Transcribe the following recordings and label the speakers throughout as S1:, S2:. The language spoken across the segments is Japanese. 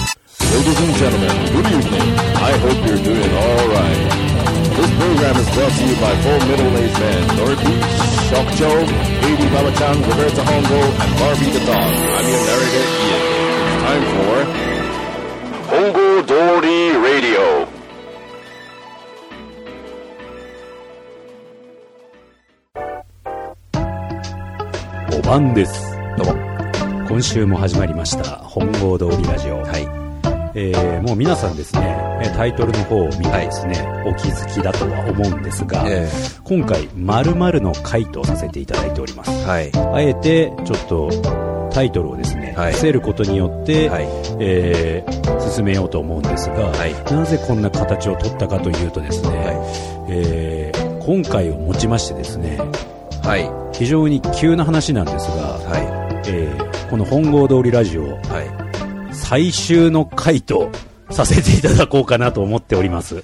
S1: Ladies and gentlemen, good evening. I hope you're doing all right. This program is brought to you by four middle-aged men, Dorothy, Shock Joe, Baby Babachan, Roberta Hongo, and Barbie the Dog. I'm your narrator, Ian. It's time for Hongo Dory Radio.
S2: 5番です
S3: どうも。
S2: 今週も始まりました本郷通りラジオ、
S3: はい。
S2: えーもう皆さんですねえータイトルの方を見てですね、お気づきだとは思うんですが、
S3: え
S2: 今回〇〇の回とさせていただいております
S3: えはい。
S2: あえてちょっとタイトルをですね、
S3: はい
S2: 伏せることによって、
S3: はい
S2: えー進めようと思うんですが、
S3: はい
S2: なぜこんな形を取ったかというとですね、
S3: は
S2: えー今回をもちましてですね
S3: はい。
S2: 非常に急な話なんですが、
S3: は
S2: えーこの本郷通りラジオ
S3: い。は
S2: 最終の回とさせていただこうかなと思っております
S3: い。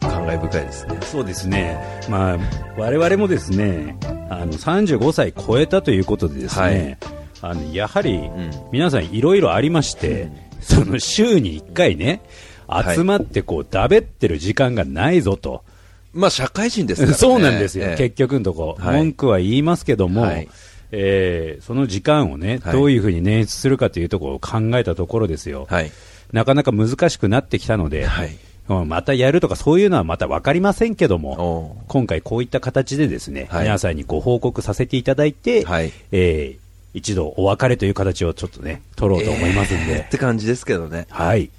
S3: 感慨深いですね。
S2: そうですね、まあ、我々もですねあの35歳超えたということでですね、あのやはり
S3: ん
S2: 皆さんいろいろありまして、その週に1回ね
S3: はい
S2: 集まってこうだべってる時間がないぞと、
S3: まあ、社会人ですから ね。
S2: そうなんですよ、
S3: ええ
S2: 結局のとこ、
S3: はい
S2: 文句は言いますけども、
S3: はい
S2: えーその時間をね、
S3: はい
S2: どういうふうに捻出するかというところを考えたところですよ、
S3: はい。
S2: なかなか難しくなってきたので、
S3: はい
S2: うんまたやるとか、そういうのはまた分かりませんけども
S3: お、う
S2: 今回、こういった形でですね、
S3: はい
S2: 皆さんにご報告させていただいて、
S3: はい
S2: えー一度お別れという形をちょっとね、取ろうと思いますん
S3: ええ
S2: で
S3: っ。て感じですけどね。
S2: はい。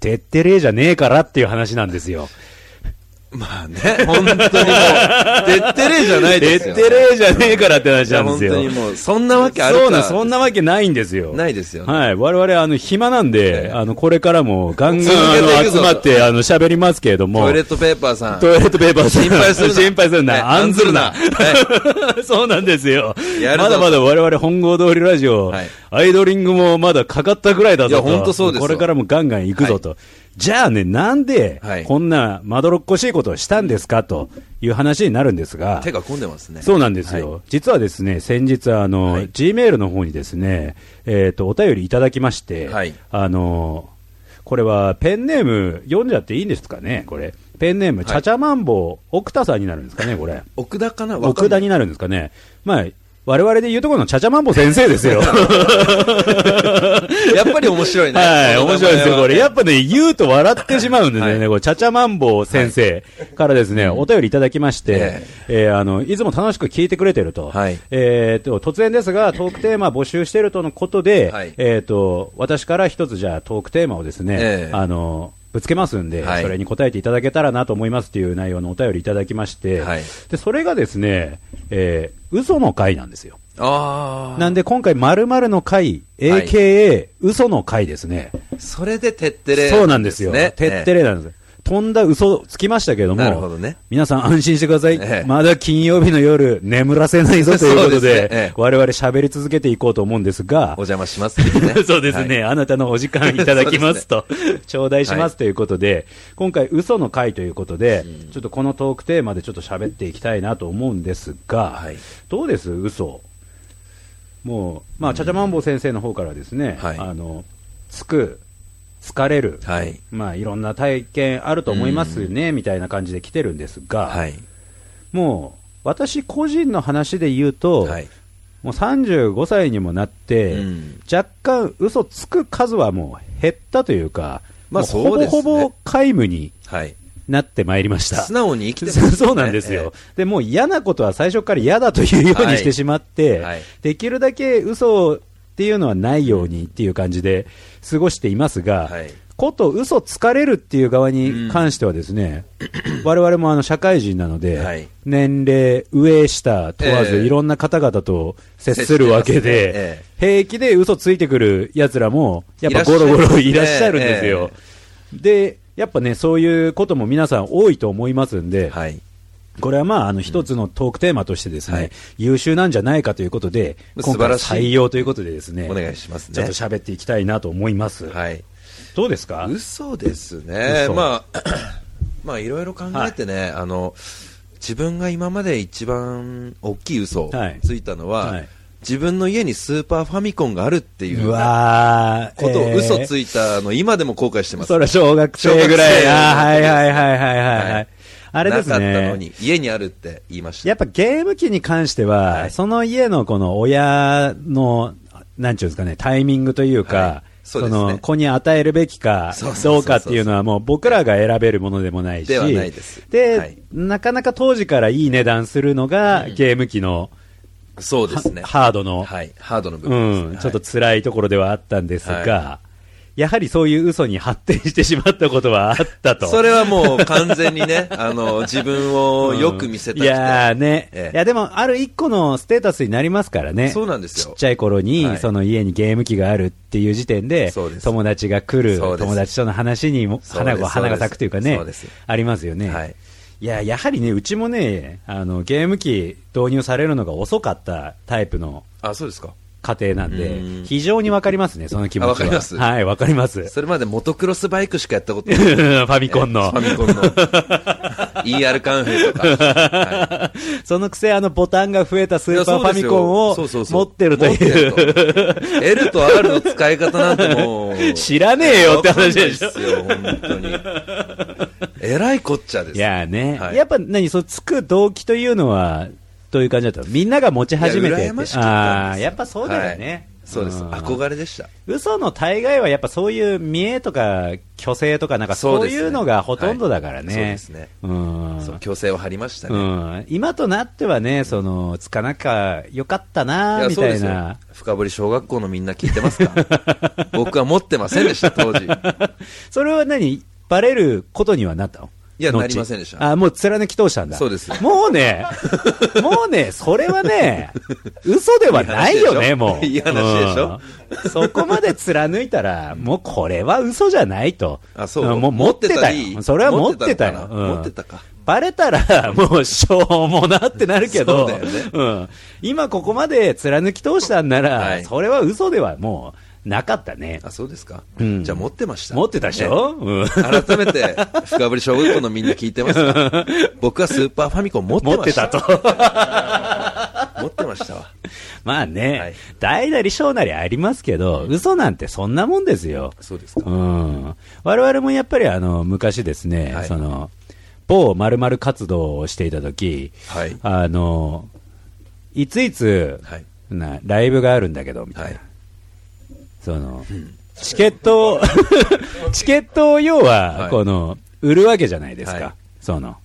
S2: てってれーじゃねえからっていう話なんですよ。
S3: まあね、本当にもう、てってれじゃないですよ。
S2: てってれーじゃねえからって話
S3: じゃ
S2: な
S3: あ
S2: んです
S3: 本
S2: よ。
S3: 当にもう、そんなわけあるか
S2: そうなん、そんなわけないんですよ。
S3: ないですよね
S2: はい。我々、あの、暇なんで、
S3: ええ
S2: あの、これからも、ガンガン、
S3: 続け
S2: あ
S3: てい
S2: の、
S3: く
S2: 集
S3: ぞ
S2: まって、あの、喋りますけれども。
S3: トイレットペーパーさん。
S2: トイレットペーパーさん
S3: 心配するな。
S2: 心配するな
S3: ね
S2: 案ずるな
S3: は
S2: そうなんですよ。
S3: やる
S2: ま
S3: ぞ
S2: だまだ我々本郷通りラジオ、
S3: はい
S2: アイドリングもまだかかったぐらいだぞと。
S3: いや本当そうですよ
S2: これからもガンガン行くぞと。じゃあね、なんで
S3: はい、
S2: こんなまどろっこしいことをしたんですかという話になるんですが
S3: い。。手が込んでますね。
S2: そうなんですよ。実はですね、先日、あの、
S3: はい
S2: Gmail の方にですね、えっ、と、お便りいただきまして、
S3: はい
S2: あの、これはペンネーム読んじゃっていいんですかね、これ。ペンネーム、
S3: い
S2: ちゃちゃまんぼう、奥田さんになるんですかね、これ。
S3: 奥田かなわか
S2: 奥
S3: んな
S2: 田
S3: い
S2: になるんですかね。まあ、我々で言うところのちゃちゃまんぼ先生です よ。
S3: やっぱり面白いね。
S2: はい、
S3: この
S2: 面白
S3: 名前はい
S2: ですよ、これ。やっぱね、言うと笑ってしまうんですね、
S3: はい
S2: これ、ちゃちゃまんぼう先生からですね、お便りいただきまして、え
S3: え
S2: ーあの、いつも楽しく聞いてくれてると。
S3: はい
S2: えーと、突然ですが、トークテーマ募集してるとのことで、
S3: はい
S2: えーと、私から一つじゃあトークテーマをですね、
S3: ええ
S2: あの、ぶつけますんで、
S3: はい
S2: それに答えていただけたらなと思いますという内容のお便りいただきまして、
S3: はい
S2: で、それがですね、えー嘘の回なんですよ。
S3: ああ。
S2: なんで今回、〇〇の回、
S3: はい
S2: AKA 嘘の回ですね。
S3: それでてってれ。
S2: そうなんですよ。
S3: ね。
S2: てって
S3: れ。
S2: れなんです。飛んだ嘘つきましたけども。
S3: なるほどね
S2: 皆さん安心してください。
S3: ええ
S2: まだ金曜日の夜眠らせないぞということ
S3: そうです
S2: で、
S3: ねええ
S2: 我々喋り続けていこうと思うんですが。
S3: お、邪魔しますけどね
S2: そうですね、あなたのお時間いただきますと、頂戴しますということで、今回嘘の回ということで、ちょっとこのトークテーマでちょっと喋っていきたいなと思うんですが、
S3: はい
S2: どうです嘘。もう、まあ、ちゃちゃまんぼう先生の方からですね、
S3: はい
S2: あの、つく、疲れる、
S3: はい
S2: まあ、いろんな体験あると思いますね、みたいな感じで来てるんですが、
S3: はい。
S2: もう、私個人の話で言うと、
S3: はい。
S2: もう35歳にもなって、
S3: うん
S2: 若干嘘つく数はもう減ったというか、
S3: まあ
S2: もほ
S3: そう
S2: ぼ
S3: で
S2: ほ
S3: すね
S2: ぼ皆無に
S3: はい。
S2: なってまいりました。
S3: 素直に生きてま す
S2: そう
S3: ね
S2: そうなんですよ、でもう嫌なことは最初から嫌だというようにしてしまって、
S3: はいはい
S2: できるだけ嘘っていうのはないようにっていう感じで過ごしていますが、
S3: はい
S2: こと嘘疲れるっていう側に関してはですね、我々もあの社会人なので、
S3: はい
S2: 年齢、上下問わず、
S3: ええ
S2: いろんな方々と接するわけで、
S3: え
S2: 平気で嘘ついてくるやつらも、やっぱ
S3: いらっしゃ
S2: ゴ
S3: います
S2: ロ
S3: ね
S2: ゴロいらっしゃるんですよ。
S3: ええ
S2: で、やっぱね、そういうことも皆さん多いと思いますんで、
S3: はい。
S2: これはまあ、あの、一つのトークテーマとしてですね、
S3: はい
S2: 優秀なんじゃないかということで、今
S3: 素晴
S2: 回
S3: らしい
S2: 採用ということでですね、
S3: お願いしますね
S2: ちょっと喋っていきたいなと思います。
S3: はい。
S2: どうですか
S3: 嘘ですね
S2: 嘘、
S3: まあ、 まあいろいろ考えてね、あの自分が今まで一番大きい嘘
S2: はい
S3: ついたのは、
S2: はい
S3: 自分の家にスーパーファミコンがあるっていう
S2: う
S3: こ
S2: わー
S3: とを嘘
S2: い
S3: ついたの、今でも後悔してます。
S2: それ小学生ぐらいな。はい
S3: 小学生
S2: はいはいはいはい。は
S3: はいい、
S2: あれですね。
S3: なかったのに、家にあるって言いました。
S2: やっぱゲーム機に関しては、
S3: はい
S2: その家のこの親の、なんちゅうんですかね、タイミングというか、
S3: はいそうですね
S2: の子に与えるべきか
S3: そうそう
S2: ど
S3: そう
S2: う
S3: そう
S2: かっていうのはもう僕らが選べるものでもないし、
S3: ではないです
S2: で
S3: はい
S2: なかなか当時からいい値段するのが、ゲーム機の
S3: そうですね。
S2: はハードの、
S3: はい。ハードの部
S2: う
S3: 分
S2: ん、
S3: です
S2: ちょ
S3: ね。
S2: っと辛いところではあったんですが、
S3: は
S2: やはりそういう嘘に発展してしまったことはあったと。
S3: それはもう完全にね、あの、自分をよく見せ たく
S2: い
S3: て。
S2: やーね、
S3: ええ
S2: いやでも、ある一個のステータスになりますからね、
S3: そうなんですよ
S2: ちっちゃい頃に、
S3: はい
S2: その家にゲーム機があるっていう時点で、
S3: そうです
S2: 友達が来る、
S3: そうです
S2: 友達との話にも
S3: そうです
S2: 花が花が咲くというかね
S3: そうです、
S2: ありますよね、
S3: はいい、
S2: や、やはりね、うちもねあの、ゲーム機導入されるのが遅かったタイプの
S3: あ、そうですか。
S2: 家庭なんで
S3: うん、
S2: 非常にわかりますね、その気持ちは。
S3: あわかります
S2: はい、わかります。
S3: それまでモトクロスバイクしかやったことない。
S2: ファミコンの
S3: フ。ァミコンの。ER カンフェ とか。は
S2: そのくせ、あの、ボタンが増えたス
S3: い
S2: ーパーファミコンを
S3: そうですよ
S2: 持ってるという。
S3: 持ってると L と R の使い方なんてもう。
S2: 知らねえよって話でしょ
S3: わかんないっすよ、本当に。えらいこっちゃです。
S2: いやーね、
S3: はい
S2: やっぱ何、そのつく動機というのは、どういう感じだったのみんなが持ち始めて
S3: い
S2: って
S3: や羨ましかった
S2: あ
S3: んで
S2: ー
S3: すよ
S2: やっぱそうだよね、
S3: はいそうです。
S2: ん
S3: 憧れでした。
S2: 嘘の大概はやっぱそういう見栄とか虚勢とかなんか
S3: そ
S2: そうう
S3: ですね
S2: いうのがほとんどだからね、
S3: はいそうですね
S2: うん
S3: そう、強制を張りました
S2: う
S3: ね。
S2: ん、今となってはね、そのつかなきゃよかった
S3: い
S2: な
S3: や
S2: み
S3: そう
S2: た
S3: で
S2: い
S3: すよ
S2: な、
S3: 深堀小学校のみんな聞いてますか僕は持ってませんでした、当時。
S2: それは何、バレることにはなったの
S3: いや
S2: 後
S3: なりませんでした
S2: あーもう貫き通したんだ。
S3: そうです
S2: もう ね、もうね、それはね、嘘ではないよね、
S3: いい話でしょ
S2: もう。
S3: いい話でしょ
S2: うんそこまで貫いたら、もうこれは嘘じゃないと。
S3: あそうん
S2: もう持って
S3: 持ってた
S2: たよ。
S3: り
S2: それは持ってたよ。
S3: 持ってたのかな
S2: うん
S3: 持ってたか
S2: バレたら、もう、しょうもなってなるけど、
S3: そうだよね
S2: うん今ここまで貫き通したんなら、
S3: はい
S2: それは嘘ではもう、なかったね。
S3: あ、そうですか。
S2: うん
S3: じゃあ持ってました。
S2: 持ってたでしょ、うん
S3: 改めて、深堀小学校のみんな聞いてます か僕はスーパーファミコン持って
S2: 持っ
S3: ま
S2: て
S3: したた。
S2: と。
S3: 持ってましたわ。
S2: まあね、
S3: はい
S2: 大なり小なりありますけど、嘘なんてそんなもんですよ。
S3: そうですか
S2: うん。我々もやっぱりあの、昔ですね、
S3: はい
S2: その、某〇〇活動をしていた時、
S3: はい
S2: あの、いついつ、
S3: はい
S2: な、ライブがあるんだけど、みたいな。
S3: はい
S2: その、チケット を、チケットを要
S3: は
S2: は、
S3: い
S2: この、売るわけじゃないですか。
S3: はい
S2: その、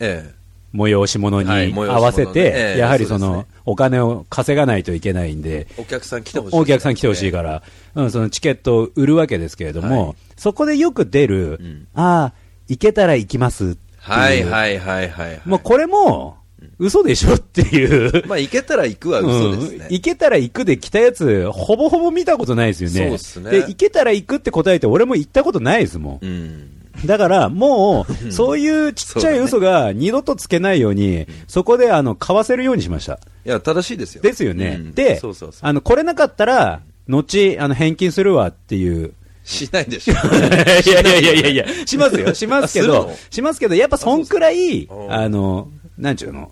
S3: え
S2: 催し物に
S3: は
S2: 合
S3: い催し物ね
S2: わせて、
S3: ええ
S2: やはりそ
S3: そう
S2: の、
S3: です
S2: お金を稼がないといけないんで、
S3: え。お客さん来てほしい。
S2: お客さん来てほしい
S3: ら。
S2: から、うん、そのチケットを売るわけですけれども、
S3: はい
S2: そこでよく出る、
S3: ん
S2: ああ、行けたら行きますっていう、
S3: はいはいはいはいはい。
S2: もうこれも、嘘でしょっていう。
S3: まあ、行けたら行くは嘘です
S2: うん
S3: ね。
S2: 行けたら行くで来たやつ、ほぼほぼ見たことないですよね。
S3: そうっすね
S2: で、行けたら行くって答えて、俺も行ったことないですもん。
S3: うん。
S2: だから、もう、そういうちっちゃい嘘が二度とつけないように、そこで、あの、買わせるようにしました。
S3: いや、正しいですよ。
S2: ですよね。
S3: うん
S2: で
S3: そうそうそう。
S2: あの、これなかったら、後、あの、返金するわっていう。
S3: し ないで しょ。
S2: いやいやいやいやいや、しますよ。しますけ
S3: する
S2: ど
S3: の、
S2: しますけど、やっぱそんくらい、
S3: そう
S2: あの、なんちゅうの、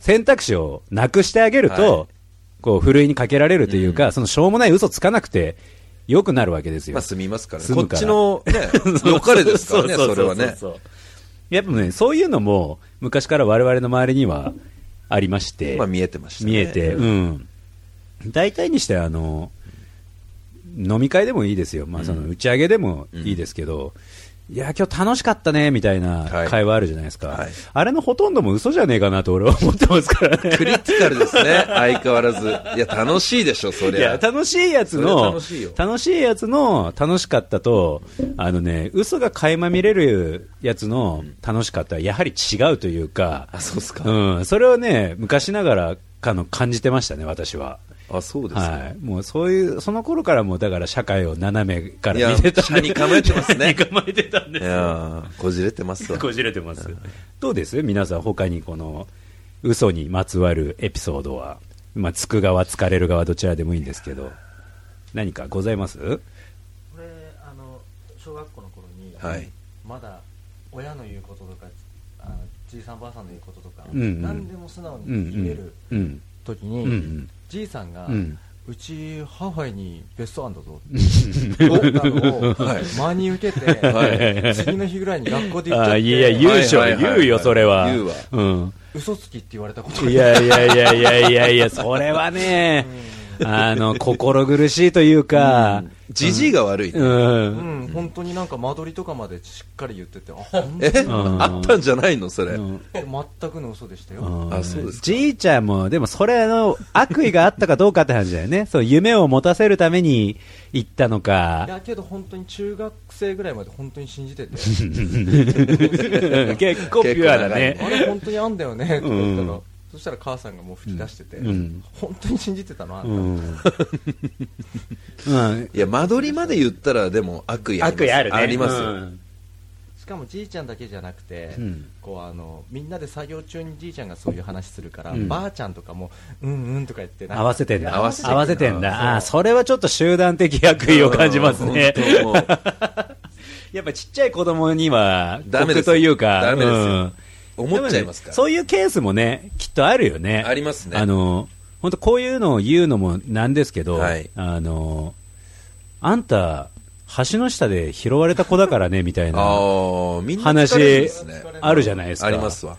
S2: 選択肢をなくしてあげると、
S3: はい
S2: こう、ふるいにかけられるというか、その、しょうもない嘘つかなくて、良くなるわけですよ。
S3: まあ、住みますからね。
S2: 住
S3: こ
S2: む
S3: っ
S2: から
S3: ちの、ね、良かれですからね、
S2: う
S3: そうれ
S2: う
S3: は
S2: う
S3: ね。
S2: そうやっぱね、そういうのも、昔から我々の周りにはありまして、
S3: まあ、見えてましたね。
S2: 見えて、うん。大体にして、あの、飲み会でもいいですよ。まあ、その、打ち上げでもいいですけど、いや、今日楽しかったね、みたいな
S3: はい
S2: 会話あるじゃないですか。
S3: はい
S2: あれのほとんども嘘じゃねえかなと俺は思ってますからね。
S3: クリティカルです ね、相変わらず。いや、楽しいでしょ、そ
S2: い
S3: りゃ。
S2: や、楽しいやつの、
S3: それ楽しいよ
S2: 楽しいやつの楽しかったと、あのね、嘘が垣間見れるやつの楽しかったはやはり違うというか、
S3: あ、そうっすか。
S2: うん、それはね、昔ながらかの感じてましたね、私は。
S3: あ、そうですか。
S2: はい、もうそういう、その頃からもうだから社会を斜めか
S3: い
S2: ら
S3: や
S2: 見てたん。
S3: 車に構えてます ね
S2: 車に構えてたん
S3: い
S2: で
S3: やーこじれてますわ
S2: す。。こじれてます。どうです皆さん、他にこの、嘘にまつわるエピソードは、まあ、つく側、疲れる側、どちらでもいいんですけど、何かございます
S4: これあの小学校の頃に、
S3: はい
S4: まだ親の言うこととかあのじいさんばあさんの言うこととか、
S2: うんうん
S4: 何でも素直に言える
S2: うん。
S4: 時に、
S2: うんうん
S4: じいさんが、
S2: う
S4: うんちハワイに別荘あんだぞって言ったのを真に受けて、
S3: はい
S4: 次の日ぐらいに学校で言っち
S2: あ
S4: ゃっ
S2: ー
S4: て
S2: いや、言うでしょ、
S3: はいはいはい
S2: 言うよ、それは。
S3: 言うわ
S2: うん。
S4: 嘘つきって言われたことが
S2: いやいやいやいやいやいや、それは ね、あの、心苦しいというか、
S3: じじいが悪い。
S2: う。
S4: うんん、本当になんか間取りとかまでしっかり言ってて、あ本
S3: え
S2: ん
S3: あったんじゃないのそれ。
S4: 当に全くの嘘でしたよ、
S2: うん
S3: あそうですか
S2: じいちゃんも、でもそれの悪意があったかどうかって話だよね。 そう、夢を持たせるために行ったの
S4: い
S2: か。
S4: やけど本当に中学生ぐらいまで本当に信じてて、
S2: 結構ピュアだね。
S4: あれ、本当にあんだよねって言ったら、
S2: うん
S4: そしたら母さんがもう吹き出してて、
S2: うん
S4: 本当に信じてたな、あんた
S2: うん。 うん
S3: いや、間取りまで言ったら、でも悪意あります。
S2: 悪意あるね。
S3: ります
S2: う
S3: よ。
S2: ん
S4: しかもじいちゃんだけじゃなくて、
S2: うん
S4: こうあの、みんなで作業中にじいちゃんがそういう話するから、
S2: うん
S4: ばあちゃんとかも、うんうんとか言ってなんか、
S2: 合わせてんだ。
S3: 合
S2: 合
S3: わ
S2: わ
S3: せ
S2: せ
S3: て
S2: て
S3: んだ
S2: んだ。あーそれはちょっと集団的悪意を感じますね。
S3: うん本当も
S2: やっぱちっちゃい子供には、
S3: ダメで
S2: 毒
S3: す
S2: というか、
S3: ダメですよ
S2: うん
S3: う思っちゃいます
S2: でもね
S3: から。
S2: そういうケースもね、きっとあるよね。
S3: ありますね
S2: あの、本当こういうのを言うのもなんですけど、
S3: はい
S2: あの、あんた、橋の下で拾われた子だからね、みたいな
S3: ああ、みんな疲れるん
S2: 話
S3: ですね。、
S2: あるじゃないですか。
S3: ありますわ。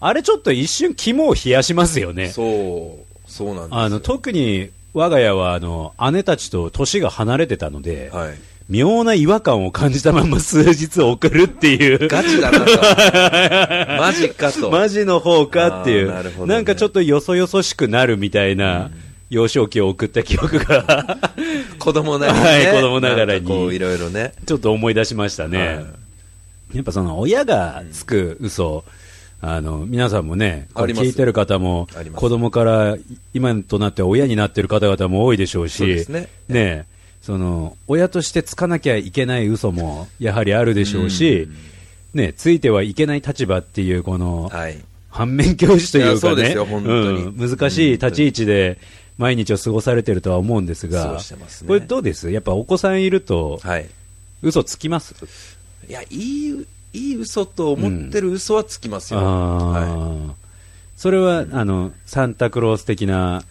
S2: あれちょっと一瞬肝を冷やしますよね。
S3: そう、そうなんですよ。
S2: あの、特に、我が家は、あの、姉たちと年が離れてたので、
S3: はい。
S2: 妙な違和感を感じたまま数日送るっていう。
S3: ガチだな と。マジかと。
S2: マジの方かっていう
S3: あーなるほどね
S2: なんかちょっとよそよそしくなるみたいな幼少期を送った記憶が
S3: 子供ながらにね。
S2: はい子供ながらに
S3: んかこう、いろいろね。
S2: ちょっと思い出しましたね、
S3: は
S2: やっぱその親がつく嘘、あの皆さんもねこ
S3: あ
S2: れ
S3: ります
S2: 聞いてる方も
S3: あります
S2: 子供から今となっては親になってる方々も多いでしょうし
S3: そうですね
S2: ねその親としてつかなきゃいけない嘘もやはりあるでしょうし、ね、ついてはいけない立場っていうこの、
S3: はい。
S2: 反面教師という
S3: いやそ
S2: か
S3: うです
S2: ね、
S3: よ本当に
S2: うん難しい立ち位置で毎日を過ごされてるとは思うんです
S3: 過
S2: が、
S3: ごしてますね
S2: これどうですやっぱお子さんいると、
S3: はい。
S2: 嘘つきます
S3: いや、いい、いい嘘と思ってる嘘はつきます
S2: あ
S3: よ。は
S2: ーそれは、あの、サンタクロース的な、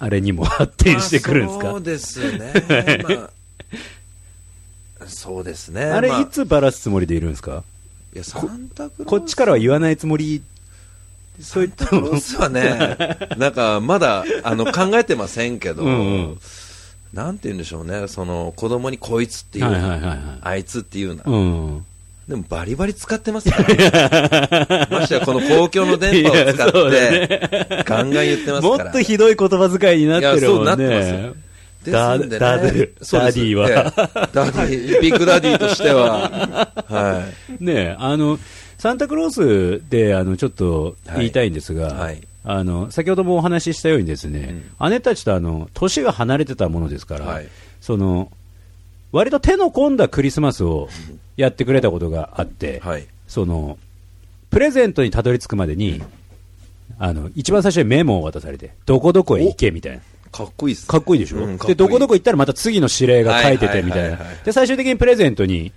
S2: あれにも発
S3: い。
S2: 展してくるんです
S3: まあそ
S2: か
S3: うですね。 まあ、そうですね。
S2: あれ
S3: ま
S2: いつばらすつもりでいるんですか
S3: いや、サンタクロース。
S2: こっちからは言わないつもり、そういった
S3: サンタクロ
S2: の
S3: ースはね、なんかまだあの考えてませんけど、
S2: うんうん
S3: なんて言うんでしょうね、その子供にこいつっていうな、
S2: はいはいはいはい
S3: あいつっていうな、
S2: うん。
S3: でもバリバリ使ってますから、ね、ましてやこの公共の電波を使
S2: いやそう
S3: って、ガンガン言ってます
S2: も
S3: から。
S2: っとひどい言葉遣いになってるもん
S3: いやそうなって
S2: ね
S3: ま。
S2: ダ
S3: ですんでね
S2: ダーデル
S3: そうです
S2: ダディは
S3: ええダディ、ビッグダディとしては、は
S2: ねえあのサンタクロースであのちょっと言いたいんですが、
S3: はいはい
S2: あの先ほどもお話ししたようにですね、姉たちとあの年が離れてたものですから、
S3: はい
S2: その割と手の込んだクリスマスをやってくれたことがあって、
S3: い、はい、
S2: そのプレゼントにたどり着くまでに、あの一番最初にメモを渡されてどこどこへ行けみたいな。
S3: かっこいいっすね、
S2: かっこいいでしょ、
S3: うんかっこいい
S2: でどこどこ行ったらまた次の指令が書いて
S3: は
S2: て
S3: いはい
S2: みたいな
S3: は
S2: い
S3: はい、
S2: で最終的にプレゼントに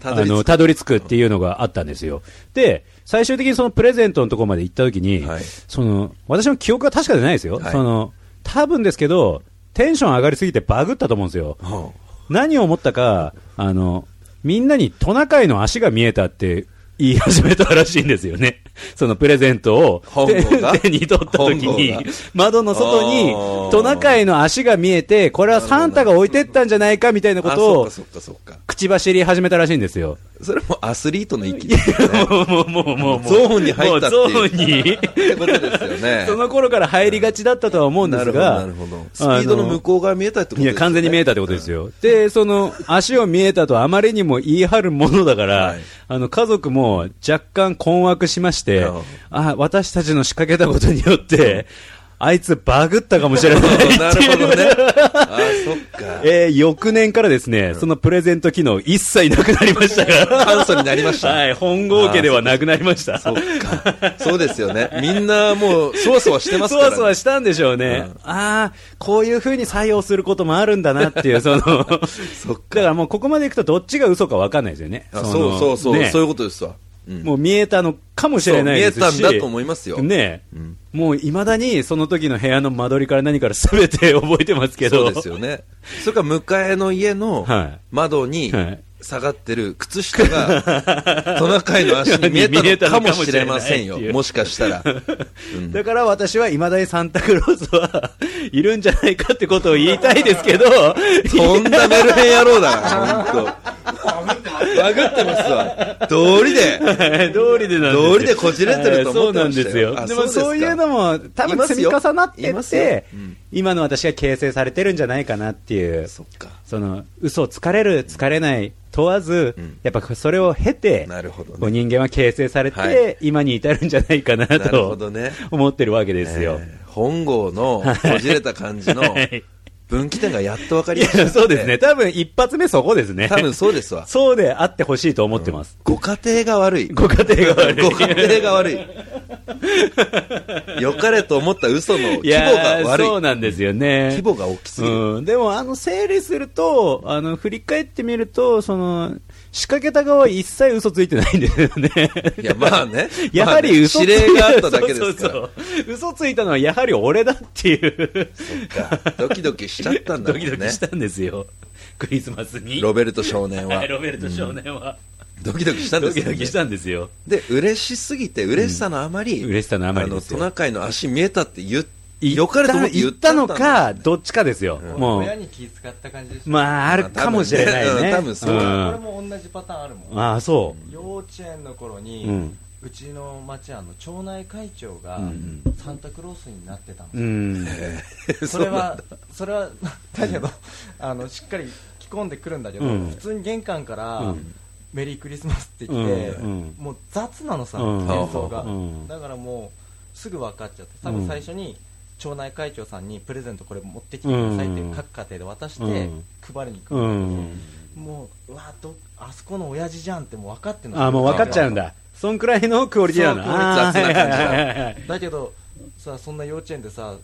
S3: た
S2: たど
S3: どり着く
S2: のたどり着くっていうのがあったんですよ、で最終的にそのプレゼントのところまで行ったときに、
S3: はい
S2: その、私の記憶が確かじゃないですよ、
S3: はい
S2: その多分ですけど、テンション上がりすぎてバグったと思うんですよ、
S3: うん
S2: 何を思ったか、あのみんなにトナカイの足が見えたって言い始めたらしいんですよね、 そのプレゼントを
S3: 本
S2: 手
S3: 郷が
S2: 手に取った時
S3: 本郷が
S2: に、窓の外に
S3: あー
S2: トナカイの足が見えて、これはサンタが置いてったんじゃないかみたいなこ
S3: あ
S2: と
S3: そっ
S2: を
S3: かそっかそっか。
S2: 口走り始めたらしいんです よ。
S3: それもアスリートの域ですよね。
S2: もうもうもうもうもう
S3: ゾーンに入ったってい
S2: もう
S3: う
S2: ゾ ーンに
S3: ってことですよね。
S2: その頃から入りがちだったとは思うんですが
S3: なるほど、なるほど。スピードの向こう側見えたってこと
S2: いや、完全に見えたってことですよ。で、その、足を見えたとあまりにも言い張るものだから、
S3: はい
S2: あの、家族も若干困惑しまして、
S3: うん
S2: あ、私たちの仕掛けたことによって、 あいつバグったかもしれないっていう。
S3: なるほどね。あ、そっか。
S2: えー翌年からですね、そのプレゼント機能一切なくなりましたから。
S3: 簡素になりました。
S2: はい、本郷家ではなくなりました。
S3: そっか。そうですよね。みんなもう、そわそわしてますか ら、ね。
S2: そわそわしたんでしょうね、
S3: うん
S2: ああ、こういう風に採用することもあるんだなっていう、 そのだからもうここまでいくと、どっちが嘘か分かんないですよね、
S3: あ
S2: の
S3: そうそうそう、
S2: ね
S3: そういうことですわ。うん
S2: もう見えたのかもしれないですし
S3: そう見えたんだと思いますよ
S2: ねえ
S3: うん
S2: もういまだにその時の部屋の間取りから何から全て覚えてますけど
S3: そう ですよね。それから向かいの家の
S2: はい
S3: 窓に
S2: はい
S3: 下がってる靴下 が、トナカイの足に見えたのかもしれませんよ
S2: 見えたのかもしれないってい。う
S3: もしかしたら。うん
S2: だから私はいまだにサンタクロースはい るんじゃないかってことを言いたいですけど、
S3: とんだメルヘン野郎だな、ほんと。バグってますわ。道理で。
S2: 通りでなんですよ
S3: 道理でこじれてると思ってましたよ
S2: そうなん
S3: あ
S2: ですよ。でも
S3: そ
S2: そううい
S3: ですか
S2: うのも多
S3: いま
S2: 分
S3: す
S2: 積
S3: よ
S2: み重なって
S3: いま
S2: っ
S3: すよ
S2: て
S3: うん、
S2: 今の私が形成されてるんじゃないかなっていう。
S3: そっか。
S2: その嘘をつかれる、つかれない問わず、
S3: うん
S2: やっぱそれを経て、
S3: なるほどね
S2: こう人間は形成されて、
S3: はい
S2: 今に至るんじゃないかな
S3: なるほ
S2: と
S3: どね。
S2: 思ってるわけですよ。
S3: えー本郷のこじれた感じ の
S2: はい
S3: 分岐点がやっと分か
S2: い
S3: りました、
S2: やそうですね、多分一発目、そこですね、
S3: 多分そうですわ。
S2: そうであってほしいと思ってます、
S3: ご家庭が悪い。
S2: ご家庭が悪い
S3: ご家庭が悪い。良かれと思った嘘の規模
S2: いやー
S3: が悪い。
S2: そうなんですよね、
S3: 規模が大きすぎる
S2: うん、でもあの整理するとあの、振り返ってみると、その仕掛けた側は一切嘘ついてないんですよね。。
S3: いや、まあね
S2: やはり嘘
S3: まあね指令があっただけですか
S2: そ
S3: ら。
S2: うそうそう嘘ついたのはやはり俺だっていう
S3: かドキドキしちゃったんだもんね
S2: ドキドキしたんですよクリスマスに
S3: ロベルト少年
S2: は。
S3: はい
S2: ロベルト少年は、
S3: ドキドキしたんで
S2: ド
S3: す
S2: キ
S3: よ、ね。
S2: ドキしたんですよ
S3: で、嬉しすぎて、嬉しさのあまり、
S2: うん嬉しさのあまりです
S3: ト
S2: よ
S3: ナカイの足見えたって言っよかれと思って
S2: 言
S3: 言
S2: っ
S3: ったた
S2: の
S3: んだ
S2: かどっちかですよ、も
S4: 親
S2: う
S4: に気使った感じでした、
S2: まああるかもしれないね
S3: まあ多分ねうん多分そう
S4: これ
S2: ん
S4: も同じパターンあるもん
S2: ああそ
S4: 幼稚園の頃に、
S2: う
S4: う
S2: うん
S4: ちの町あの町内会長が
S2: うん
S4: サンタクロースになってたの、
S2: うん
S4: それはそれは だけど、あのしっかり着込んでくるんだけど、
S2: うん
S4: 普通に玄関から、
S2: うん
S4: メリークリスマスって言って、
S2: うんうん
S4: もう雑なのさ、
S2: うん
S4: 演奏が、
S2: うん
S4: だからもうすぐ分かっちゃって多分最初に町内会長さんにプレゼントこれ持ってきてくださいって
S2: うん
S4: 各家庭で渡して
S2: うん
S4: 配りに行く
S2: うん
S4: だけど、
S2: ん
S4: もううわどあそこの親父じゃんってもう分かってんの
S2: ああもう分かっちゃうんだそんくらいのクオリティなの
S4: そう
S2: あー
S3: 雑な感じだ
S2: はいはいはいはい
S4: だけどさそんな幼稚園でさ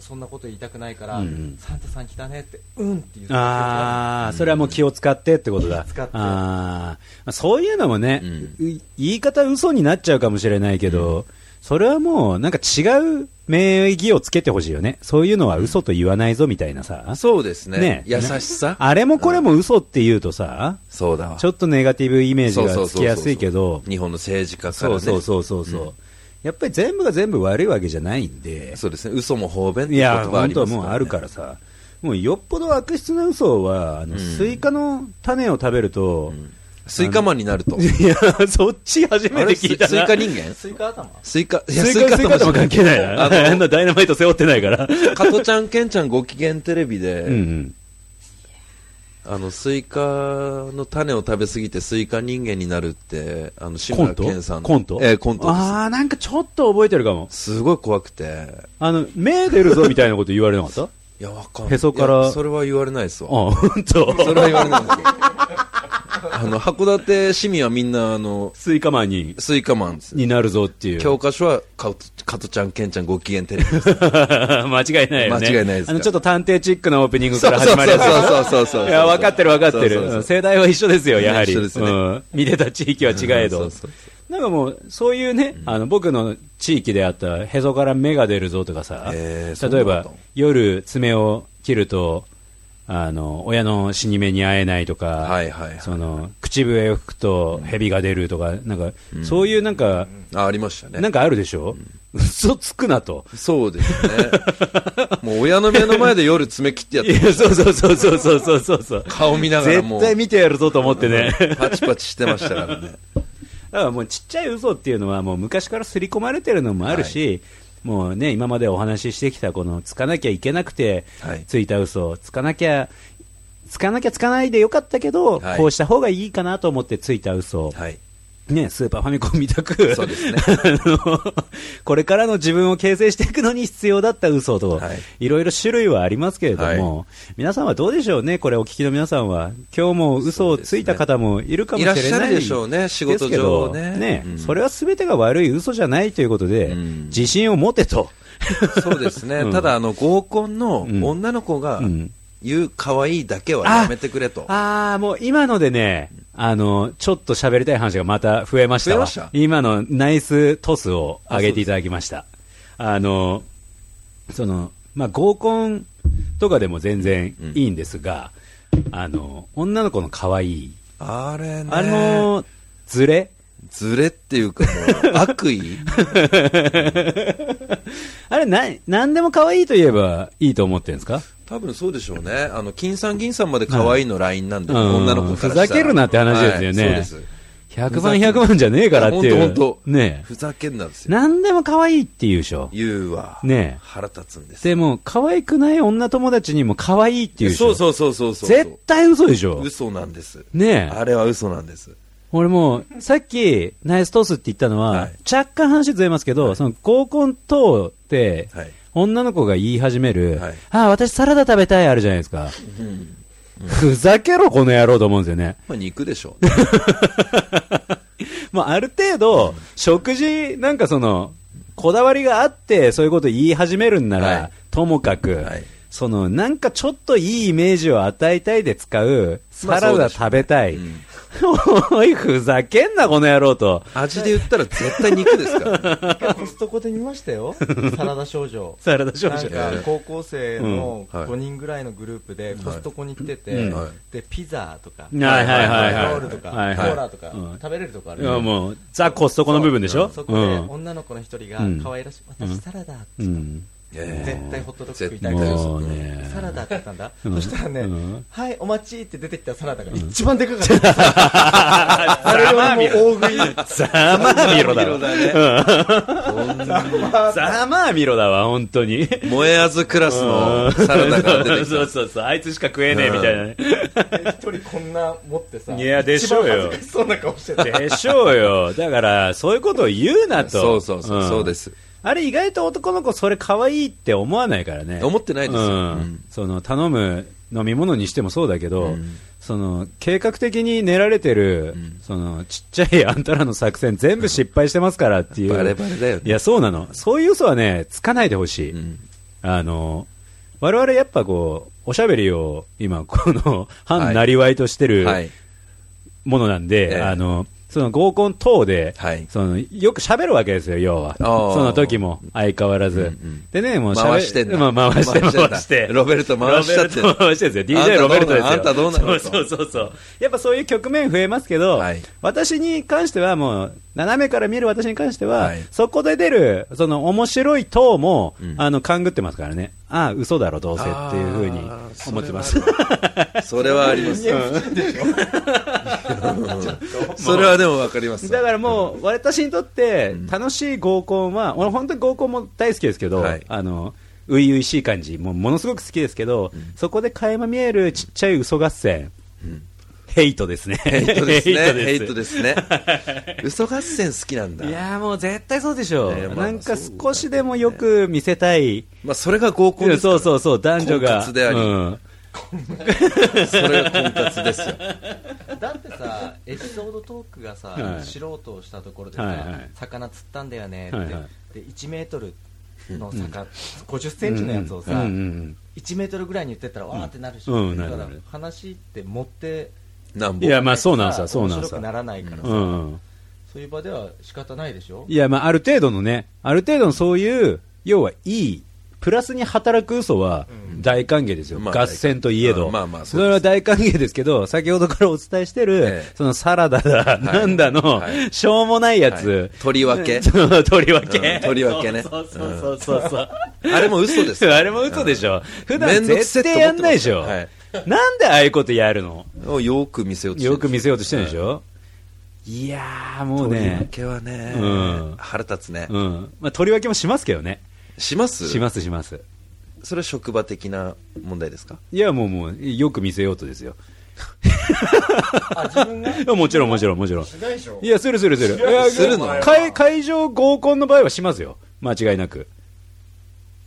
S4: そんなこと言いたくないから、
S2: うんうん
S4: サンタさん来たねってうんって言って
S2: ああ、それはもう気を使ってってことだ。
S4: 気を使って
S2: ああ、そういうのもね、
S3: うん
S2: い言い方嘘になっちゃうかもしれないけど、それはもうなんか違う名義をつけてほしいよね。そういうのは嘘と言わないぞみたいなさ。
S3: そうですね。
S2: ね
S3: 優しさ。
S2: あれもこれも嘘って言うとさ、
S3: そうだわ。
S2: ちょっとネガティブイメージ
S3: そう
S2: が
S3: そうそう
S2: つ
S3: そう
S2: きやすいけど、
S3: 日本の政治家から
S2: そ
S3: ね。
S2: うそうそうそうそう。やっぱり全部が全部悪いわけじゃないんで、
S3: そうですね。嘘も方便って
S2: い
S3: 言
S2: や、
S3: 葉あ
S2: 本
S3: り
S2: 当は
S3: ます。
S2: もうあるかららさ、もうよっぽど悪質な嘘は、あの、
S3: うん
S2: スイカの種を食べると、
S3: スイカマンになると。
S2: いや、そっち初
S3: あ
S2: め
S3: れ
S2: て
S3: ス
S2: 聞
S3: イ
S2: いた
S3: スイ
S2: な。
S3: カ人間
S4: スイカ頭
S3: スイカ、いや
S2: スイカ、スイカとも関係ないな。
S3: あ
S2: あん
S3: の、
S2: なダイナマイト背負ってないから。
S3: 加トちゃん、ケンちゃんご機嫌テレビ
S2: うんう
S3: で、
S2: ん。
S3: あの、スイカの種を食べ過ぎてスイカ人間になるって、あの、志村けんさんの。
S2: コント
S3: ええ、コントです。
S2: ああ、なんかちょっと覚えてるかも。
S3: すごい怖くて。
S2: あの、目出るぞみたいなこと言われなか ったあ
S3: いや、わかんない。
S2: へそから
S3: いやそれは言われないですわ。
S2: あ、ほんと。
S3: それは言われないですよ。あの、函館市民はみんな、あの、
S2: スイカマンに、
S3: スイカマンですよ。
S2: になるぞっていう。
S3: 教科書はカト、カトちゃん、ケンちゃんご機嫌テ レビです。
S2: 間違いないよね。
S3: 間違いないです
S2: あ
S3: よ
S2: の、ちょっと探偵チックなオープニングから始まるやつ。
S3: そうそうそうそうそうそう
S2: いや、分かってる分かって
S3: そうそうそう
S2: る。世代は一緒ですよ、やはり。
S3: 一緒ですね
S2: うん見てた地域は違え
S3: う
S2: ど
S3: ん そうそう。
S2: なんかもう、そういうね、あの、僕の地域であった、へそから芽が出るぞとかさ、
S3: へ
S2: 例
S3: ー
S2: え
S3: そうなん
S2: ば
S3: だ、
S2: 夜、爪を切ると、あの、親の死に目に会えないとか、
S3: はいはいはい
S2: その、口笛を吹くと蛇が出るとか、なんか、そういうなんか、
S3: あ、ありましたね。
S2: なんかあるでしょ嘘つくなと。
S3: そうですね。もう親の目の前で夜爪切ってやっ
S2: い
S3: て、
S2: や、そうそうそうそうそうそうそうそう。
S3: 顔見ながらも
S2: 絶
S3: う、
S2: 対見てやるぞと思ってね。だ
S3: パチパチしてましたからね。
S2: からもうちっちゃい嘘っていうのはもう昔から刷り込まれてるのもあるし、もうね、今までお話ししてきたこのつかなきゃいけなくて、
S3: はい
S2: ついた嘘、つかなきゃ、つかなきゃつかないでよかったけど、
S3: はい
S2: こうした方がいいかなと思ってついた嘘。
S3: はい。
S2: ね、スーパーファミコンみたく、
S3: そうです ね
S2: あのこれからの自分を形成していくのに必要だった嘘と、
S3: はい
S2: い、ろいろ種類はありますけれども、皆さんはどうでしょうね、これ、お聞きの皆さんは、今日も嘘をついた方もいるかもしれない
S3: いらっしゃるでしょうね仕事
S2: です
S3: 上
S2: けど
S3: ね
S2: ね、
S3: うん
S2: それはすべてが悪い嘘じゃないということで、
S3: うん
S2: 自信を持てと、
S3: そうですね。
S2: うん
S3: ただ、あの、合コンの
S2: ん
S3: 女の子が
S2: うん
S3: 言う可愛いだけはやめてくれと。
S2: ああ、もう今のでね、あの、ちょっと喋りたい話がまた増えましたわ
S3: 増えました
S2: 今のナイストスを上げていただきました。あの、その、まあ、合コンとかでも全然いいんですが、あの、女の子の可愛い、
S3: あれね。
S2: あの、ズレ
S3: ズレっていうかもう、悪意
S2: あれ、な、なんでも可愛いと言えばいいと思ってるんですか
S3: 多分そうでしょうね。あの、金さん銀さんまで可愛いのラインなんで、
S2: うん
S3: 女の子からした
S2: ふざけるなって話ですよね
S3: はいそうです。
S2: 100万100万じゃねえからっていう。
S3: 本当本当
S2: ねえ
S3: ふざけんなですよ。
S2: なんでも可愛いって言うでしょ。
S3: 言うわ。
S2: ねえ
S3: 腹立つんですよ。
S2: でも、可愛くない女友達にも可愛いって言うでしょ。
S3: そうそうそうそうそう。
S2: 絶対嘘でしょ。
S3: 嘘なんです。
S2: ねえ。
S3: あれは嘘なんです。
S2: 俺もう、さっき、ナイストスって言ったのは、
S3: はい
S2: 若干話ずれますけど、その、合コン等って、
S3: はい
S2: 女の子が言い始める、
S3: はい
S2: ああ、私サラダ食べたいあるじゃないですか。ふざけろ、この野郎と思うんですよね。
S3: まあ肉でしょう。
S2: まあ、ある程度、食事、なんかその、こだわりがあって、そういうこと言い始めるんなら、
S3: はい
S2: ともかく、
S3: はい
S2: その、なんかちょっといいイメージを与えたいで使う、
S3: ま
S2: サラ
S3: あそう
S2: ダ
S3: でしょう
S2: 食べたい。
S3: うん
S2: おい、ふざけんな、この野郎と。
S3: 味で言ったら絶対肉ですから。
S4: コストコで見ました よ、サラダ少女。
S2: サラダ少
S4: なん
S2: 女。
S4: か高校生の
S3: うんはい
S4: 5人ぐらいのグループでコストコに行ってて、
S2: うん
S3: はい
S4: でピザとか、
S2: はいはいはいはい
S4: タオルとか、
S2: はいはい
S4: コーラとか、
S2: うん
S4: 食べれるとこある
S2: い
S4: よ
S2: やもう、ザ・コストコの部分でしょ
S4: そこで女の子の一人が
S2: うん
S4: 可愛らしい、私サラダって
S2: う
S4: 言っ
S2: ん。
S4: た、
S3: え
S4: 絶対ホットドッグ食いたいから
S2: もうね。
S4: サラダって言ったんだ、
S2: ん
S4: そしたらね、
S2: うん
S4: はいお待ちって出てきたサラダが一番で かかった、あれはもう大食い
S2: ざまあみろだ
S3: 色
S2: わ。
S3: だね。ほんとに
S2: ざまあみろだわ、本当に。
S3: 燃えあずクラスのサラダが出てき
S2: そう
S3: た。
S2: そうそう、あいつしか食えねえみたいなね。
S4: 一人こんな持ってさ、
S2: いやでしょうよ
S4: 一番恥ずかしそうな顔してて、
S2: でしょうよ。だから、そういうことを言うなと。
S3: そうそうそうそうです。
S2: あれ、意外と男の子、それ可愛いって思わないからね。
S3: 思ってないですよ
S2: うん
S3: うん
S2: その、頼む飲み物にしてもそうだけど、その、計画的に練られてる、その、ちっちゃいあんたらの作戦全部失敗してますからっていう。
S3: バレバレだよね
S2: いや、そうなの。そういう嘘はね、つかないでほしい。
S3: うん
S2: あの、我々やっぱこう、おしゃべりを今、この、反なりわいとしてる、
S3: はい。
S2: ものなんで、
S3: ええ
S2: あのその合コン等で、
S3: はい
S2: そのよく喋るわけですよ、要は、
S3: ああ
S2: その時も相変わらず、
S3: ん
S2: でねもう喋
S3: 回してんだ
S2: まあ、回して、回
S3: 回してんだ
S2: して、
S3: ロベルト回しちゃって
S2: ロベルト回してですよ、
S3: あんた
S2: DJ
S3: ど
S2: ロ
S3: うな
S2: ベル
S3: の
S2: トですよ、
S3: あんたどうなの
S2: そうそうそうそう、やっぱそういう局面増えますけど、
S3: はい
S2: 私に関しては、もう、斜めから見る私に関しては、
S3: はい
S2: そこで出る、その面白い等も、
S3: うん
S2: あの勘ぐってますからね、ああ、嘘だろ、どうせっていうふうに思ってます。
S3: それはあります。それはでもわかります。
S2: だからもう、私にとって楽しい合コンは、俺、本当に合コンも大好きですけど、
S3: はい
S2: あの初々しい感じ、もうものすごく好きですけど、そこで垣間見えるちっちゃい嘘合戦、ヘイトですね、 ヘ
S3: ヘイトですね。ヘイ
S2: ト
S3: ト
S2: で
S3: ですね。嘘合戦好きなんだ
S2: すい。やーもう絶対そうでしょう、
S3: ねえまあ
S2: なんか少しでもよく見せたい、
S3: まあそれが合コンですか
S2: そう
S3: ら
S2: そうそう、男女
S3: 婚
S2: が、
S3: 活であり
S2: うん
S3: それが婚活ですよ。
S4: だってさ、エピソードトークがさ、
S2: はい
S4: 素人をしたところでさ、
S2: はいはい
S4: 魚釣ったんだよねって、
S2: はいはい
S4: で1メートルの魚、50センチのやつをさ、
S2: うんうん
S4: 1メートルぐらいに言ってったら、わーってなるし、
S2: うん
S4: だか
S2: な
S4: ら
S2: るなる
S4: 話って持って、
S3: なん
S2: い
S3: ぼ。
S2: や、まあそうなんさ、
S4: さ
S2: そうなん
S4: 面白
S2: さ
S4: く。ならないからさ、
S2: うん
S4: そういう場では仕方ないでしょ、
S2: いや、まあ、ある程度のね、ある程度のそういう、要はいい、プラスに働く嘘は大歓迎ですよ、
S3: まあ
S2: 合戦といえど、
S3: うんまあまあそうです
S2: それは大歓迎ですけど、先ほどからお伝えしてる、
S3: ええ
S2: そのサラダだ、なんだの、
S3: はい
S2: しょうもないやつ、
S3: はい取り分け
S2: そう取り分け、
S3: うん取り分けね
S2: そうそうそうそうそう、
S3: あれも嘘で す
S2: あれも嘘でしょ、普
S3: め
S2: 段
S3: んどくせ
S2: 絶対
S3: えと思って
S2: や
S3: ます
S2: んないでしょ、
S3: はい
S2: なんでああいうことやるの、
S3: をよく見せようとして
S2: よく見せようとしてる
S3: る
S2: でし
S3: ょ。
S2: ょ、いやー、もう
S3: 取り
S2: ね
S3: 分。けはね
S2: うん、
S3: 腹立つね。
S2: うんまあ、取り分けもしますけどね、
S3: します
S2: しますします
S3: それは職場的な問題ですか
S2: いやもうもうよく見せようとですよ
S4: あ自分が
S2: いやもちろんもちろんもちろん
S4: ないでしょ
S2: いやするするするいや
S3: するの
S2: 会会場合コンの場合はしますよ間違いなく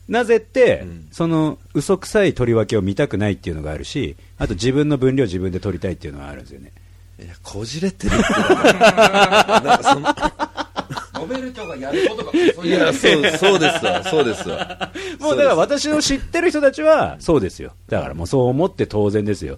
S2: なぜって、
S3: うん
S2: その嘘くさい取り分けを見たくないっていうのがあるしあと自分の分量自分で取りたいっていうのはあるんですよね
S3: いや、こじれてるってななんかそ の
S5: ノベルトがやることが遅い
S3: いや、そう、そうですわ、そうですわ。
S2: もうだから私の知ってる人たちはそうですよだからもうそう思って当然ですよ、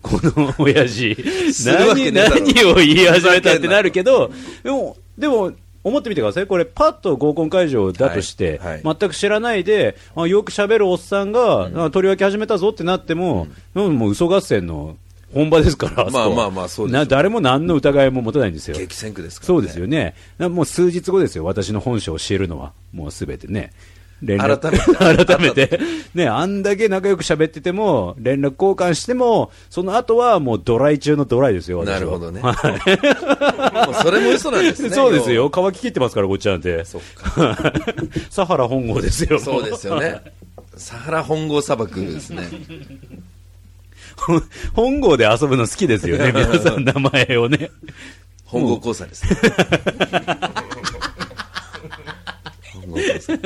S2: ここの親父
S3: するわけ
S2: 何
S3: ねえだろ
S2: 何を言い始めたってなるけどでもでも思ってみてくださいこれパッと合コン会場だとして、
S3: はいはい
S2: 全く知らないであよく喋るおっさんが、あ取り分け始めたぞってなっても、うん、もう嘘合戦の本場ですからそこは
S3: まあまあまあそうですよ
S2: な誰も何の疑いも持たないんですよ
S3: 激戦区ですから、
S2: そ
S3: ね、
S2: うですよね、なもう数日後ですよ、私の本性を知るのは、もうすべてね、連絡
S3: 改め て
S2: 改めてね、あんだけ仲良く喋ってても、連絡交換しても、その後はもうドライ中のドライですよ、私は
S3: なるほどね
S2: はい
S3: もうそれも嘘なんですね
S2: そうですよ、乾ききってますから、こっちなんて、
S3: そっ
S2: サハラ本郷ですよ、
S3: そうですよねサハラ本郷砂漠ですね
S2: もう、 本郷で遊ぶの好きですよ ね、皆さん、名前をね。
S3: 本郷交差です ね本郷交差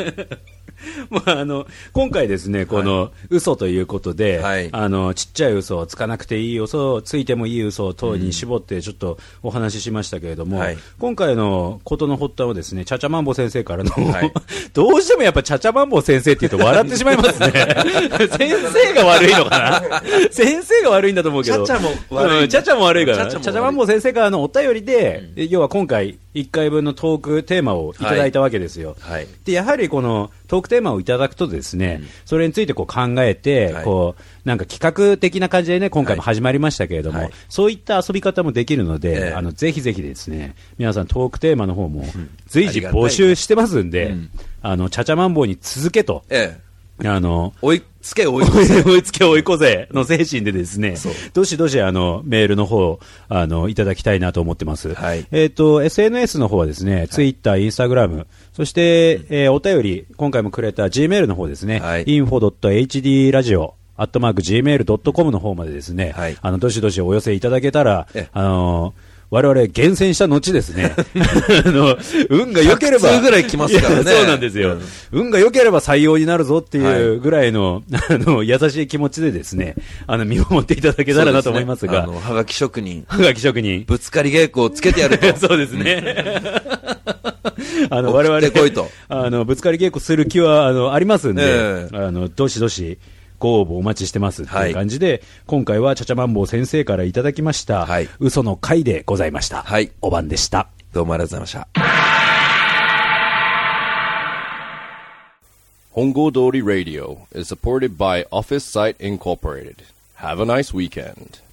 S2: まあ、あの今回ですね、この嘘ということで、
S3: はい
S2: あのちっちゃい嘘をつかなくていい嘘、ついてもいい嘘等に絞ってちょっとお話ししましたけれども、
S3: はい
S2: 今回のことの発端はですね、ちゃちゃまんぼ先生からの、
S3: はい
S2: どうしてもやっぱちゃちゃまんぼ先生って言うと笑ってしまい ますね。先生が悪いのかな先生が悪いんだと思うけど。
S3: ちゃちゃも悪い
S2: うんちゃちゃも悪いから。
S3: ち
S2: ち
S3: ゃちゃも悪
S2: ゃ
S3: い
S2: ちゃまんぼ先生からのお便りで、要は今回1回分のトークテーマをいただいたわけですよ。
S3: はい
S2: でやはりこのトークテーマをいただくとですね、それについてこう考えて、
S3: はい
S2: こうなんか企画的な感じでね今回も始まりましたけれども、
S3: はい
S2: そういった遊び方もできるので、
S3: ええ
S2: あのぜひぜひですね皆さんトークテーマの方も随時
S3: ありがたいね
S2: 募集してますんで、
S3: うん
S2: あのちゃちゃマンボウに続けと。
S3: ええ
S2: あの
S3: 追いつけ追い越 せ
S2: 追いつけ追い越せの精神でですね、どしどしあのメールの方あのいただきたいなと思ってます。
S3: はい
S2: えっ、と SNS の方はですね、ツイッター、インスタグラム、そして、えーお便り今回もくれた G メールの方ですね、
S3: はい
S2: info.hd ラジオアットマーク gmail.com の方までですね、
S3: はい
S2: あのどしどしお寄せいただけたら
S3: ええ、
S2: あの我々厳選した後です ね、 あの運が良ければ、
S3: 100通ぐらい来ますからね
S2: いやそうなんですよ。
S3: うん
S2: 運が良ければ採用になるぞっていうぐらいの、 あの、優しい気持ちでですね、あの、見守っていただけたらなと思いますが、
S3: そうですねあのはがき職人
S2: はがき職人。
S3: ぶつかり稽古をつけてやると
S2: そうですね。 あの、
S3: 送っ
S2: 我
S3: て
S2: 々、
S3: こいと
S2: あの、ぶつかり稽古する気は、あの、ありますんで
S3: え、
S2: あの、どしどし、ご応募お待ちしてますって
S3: はい
S2: いう感じで、今回はちゃちゃまんぼう先生からいただきました、
S3: はい
S2: 嘘の回でございました。
S3: はい
S2: お晩でした。
S3: どうもありがとうございました
S1: Hongo Dori Radio is supported by Office Site Incorporated. Have a nice weekend.